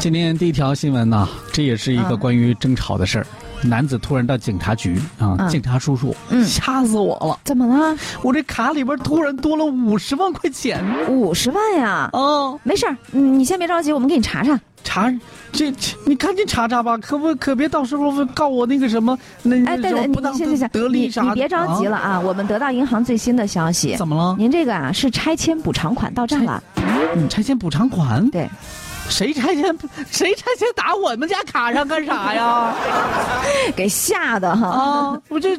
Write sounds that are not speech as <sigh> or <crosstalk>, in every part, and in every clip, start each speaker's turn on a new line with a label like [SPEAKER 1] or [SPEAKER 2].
[SPEAKER 1] 今天第一条新闻呢、这也是一个
[SPEAKER 2] 嗯
[SPEAKER 1] 关于争吵的事儿。男子突然到警察局啊，
[SPEAKER 2] 嗯
[SPEAKER 1] 警察叔叔，
[SPEAKER 2] 嗯
[SPEAKER 1] 吓死我了！
[SPEAKER 2] 怎么了？
[SPEAKER 1] 我这卡里边突然多了五十万块钱
[SPEAKER 2] 五十万呀！
[SPEAKER 1] 哦，
[SPEAKER 2] 没事儿，嗯你先别着急，我们给你查查。
[SPEAKER 1] 查这这，你赶紧查查吧，可不可别到时候告我那个什么那
[SPEAKER 2] 哎，对
[SPEAKER 1] 什么
[SPEAKER 2] 了，你
[SPEAKER 1] 不当
[SPEAKER 2] 你先先
[SPEAKER 1] 得
[SPEAKER 2] 你
[SPEAKER 1] 利啥的？
[SPEAKER 2] 你别着急了
[SPEAKER 1] 啊，
[SPEAKER 2] 啊！我们得到银行最新的消息，
[SPEAKER 1] 怎么了？
[SPEAKER 2] 您这个啊是拆迁补偿款到账了。
[SPEAKER 1] 拆迁补偿款？
[SPEAKER 2] 对，
[SPEAKER 1] 谁拆迁？谁拆迁打我们家卡上干啥呀？
[SPEAKER 2] 给吓的哈。
[SPEAKER 1] 啊，我这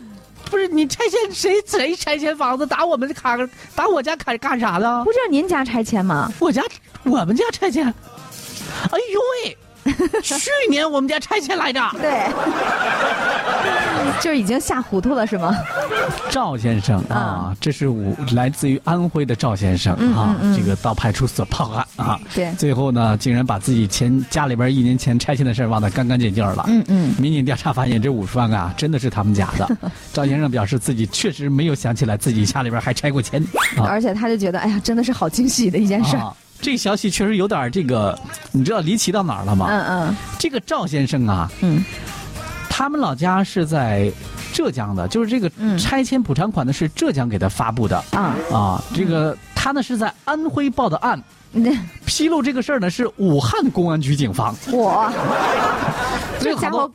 [SPEAKER 1] 不是你拆迁谁谁拆迁房子打我们的卡打我家卡干啥呢？
[SPEAKER 2] 不知道您家拆迁吗？
[SPEAKER 1] 我家我们家拆迁，哎呦
[SPEAKER 2] <laughs>
[SPEAKER 1] 喂，去年我们家拆迁来着。
[SPEAKER 2] 对， <laughs> 就是已经吓糊涂了是吗？
[SPEAKER 1] 赵先生
[SPEAKER 2] 嗯
[SPEAKER 1] 啊，这是我来自于安徽的赵先生啊，这个到派出所报案啊，
[SPEAKER 2] 嗯对
[SPEAKER 1] 最后呢，竟然把自己前家里边一年前拆迁的事儿忘得干干净净了。
[SPEAKER 2] 嗯嗯，
[SPEAKER 1] 民警调查发现，这五十万啊，真的是他们家
[SPEAKER 2] <laughs>
[SPEAKER 1] 的。赵先生表示自己确实没有想起来自己家里边还拆过
[SPEAKER 2] <laughs>
[SPEAKER 1] 迁啊。
[SPEAKER 2] 而且他就觉得，哎呀，真的是好惊喜的一件事儿。
[SPEAKER 1] 啊，这个消息确实有点儿这个，你知道离奇到哪儿了吗？
[SPEAKER 2] 嗯嗯
[SPEAKER 1] 这个赵先生啊，
[SPEAKER 2] 嗯，
[SPEAKER 1] 他们老家是在浙江的，就是这个
[SPEAKER 2] 嗯
[SPEAKER 1] 拆迁补偿款呢是浙江给他发布的、
[SPEAKER 2] 啊，
[SPEAKER 1] 啊。这个他呢是在安徽报的案，
[SPEAKER 2] 嗯那
[SPEAKER 1] 披露这个事儿呢是武汉公安局警方。
[SPEAKER 2] 我
[SPEAKER 1] <laughs> 这
[SPEAKER 2] 这
[SPEAKER 1] 个
[SPEAKER 2] 家
[SPEAKER 1] 好
[SPEAKER 2] 伙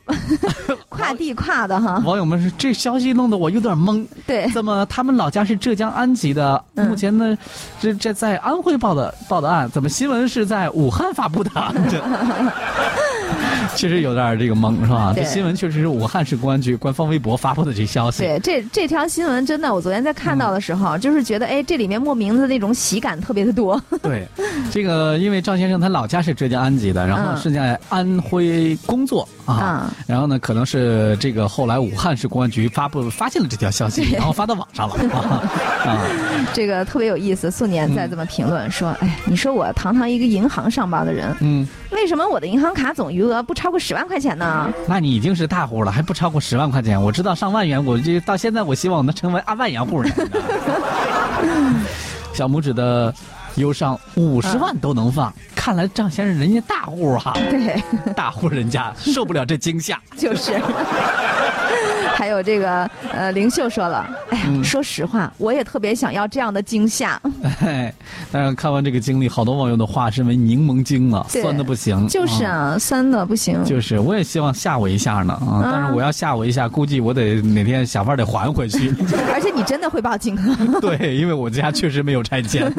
[SPEAKER 2] <laughs> 跨地跨的 <laughs> 哈，
[SPEAKER 1] 网友们说这消息弄得我有点懵。
[SPEAKER 2] 对，
[SPEAKER 1] 那么他们老家是浙江安吉的，
[SPEAKER 2] 嗯
[SPEAKER 1] 目前呢，这这在安徽报的报的案，怎么新闻是在武汉发布
[SPEAKER 2] <laughs>
[SPEAKER 1] 的？这确实有点儿这个懵，是吧？这
[SPEAKER 2] 对
[SPEAKER 1] 新闻确实是武汉市公安局官方微博发布的这消息。
[SPEAKER 2] 对，这这条新闻真的，我昨天在看
[SPEAKER 1] 嗯
[SPEAKER 2] 到的时候，就是觉得，哎，这里面莫名的那种喜感特别的多。 <laughs>
[SPEAKER 1] 对，这个因为赵先生他老家是浙江安吉的，然后
[SPEAKER 2] 嗯
[SPEAKER 1] 是在安徽工作啊，然后呢，可能是这个后来武汉市公安局发布发现了这条
[SPEAKER 2] <laughs>
[SPEAKER 1] 消息，然后发到网上了啊啊。
[SPEAKER 2] 这个特别有意思。素年在
[SPEAKER 1] 嗯
[SPEAKER 2] 这么评论说：“哎，你说我堂堂一个银行上班的人，
[SPEAKER 1] 嗯，
[SPEAKER 2] 为什么我的银行卡总余额不超过十万块钱呢？ <laughs>
[SPEAKER 1] 那你已经是大户了，还不超过十万块钱？我知道上万元，我就到现在我希望我能成为啊万元户人。 <laughs> 小拇指的忧伤，五
[SPEAKER 2] 嗯
[SPEAKER 1] 十万都能放，看来张先生人家大户
[SPEAKER 2] <laughs>
[SPEAKER 1] 哈、
[SPEAKER 2] 对，
[SPEAKER 1] 大户人家受不了这惊吓。 <laughs>
[SPEAKER 2] 就是。 <laughs> 还有这个呃，灵秀说了，哎呀，
[SPEAKER 1] 嗯
[SPEAKER 2] 说实话，我也特别想要这样的惊吓，
[SPEAKER 1] 哎，但是看完这个经历，好多网友都化身为柠檬精了，
[SPEAKER 2] 对
[SPEAKER 1] 酸的不行。
[SPEAKER 2] 就是
[SPEAKER 1] 啊
[SPEAKER 2] 啊，酸的不行。
[SPEAKER 1] 就是，我也希望吓我一下呢
[SPEAKER 2] 嗯
[SPEAKER 1] 啊！但是我要吓我一下，估计我得哪天想法得还回去。 <laughs>
[SPEAKER 2] 而且你真的会报警。”啊
[SPEAKER 1] 对，因为我家确实没有拆迁。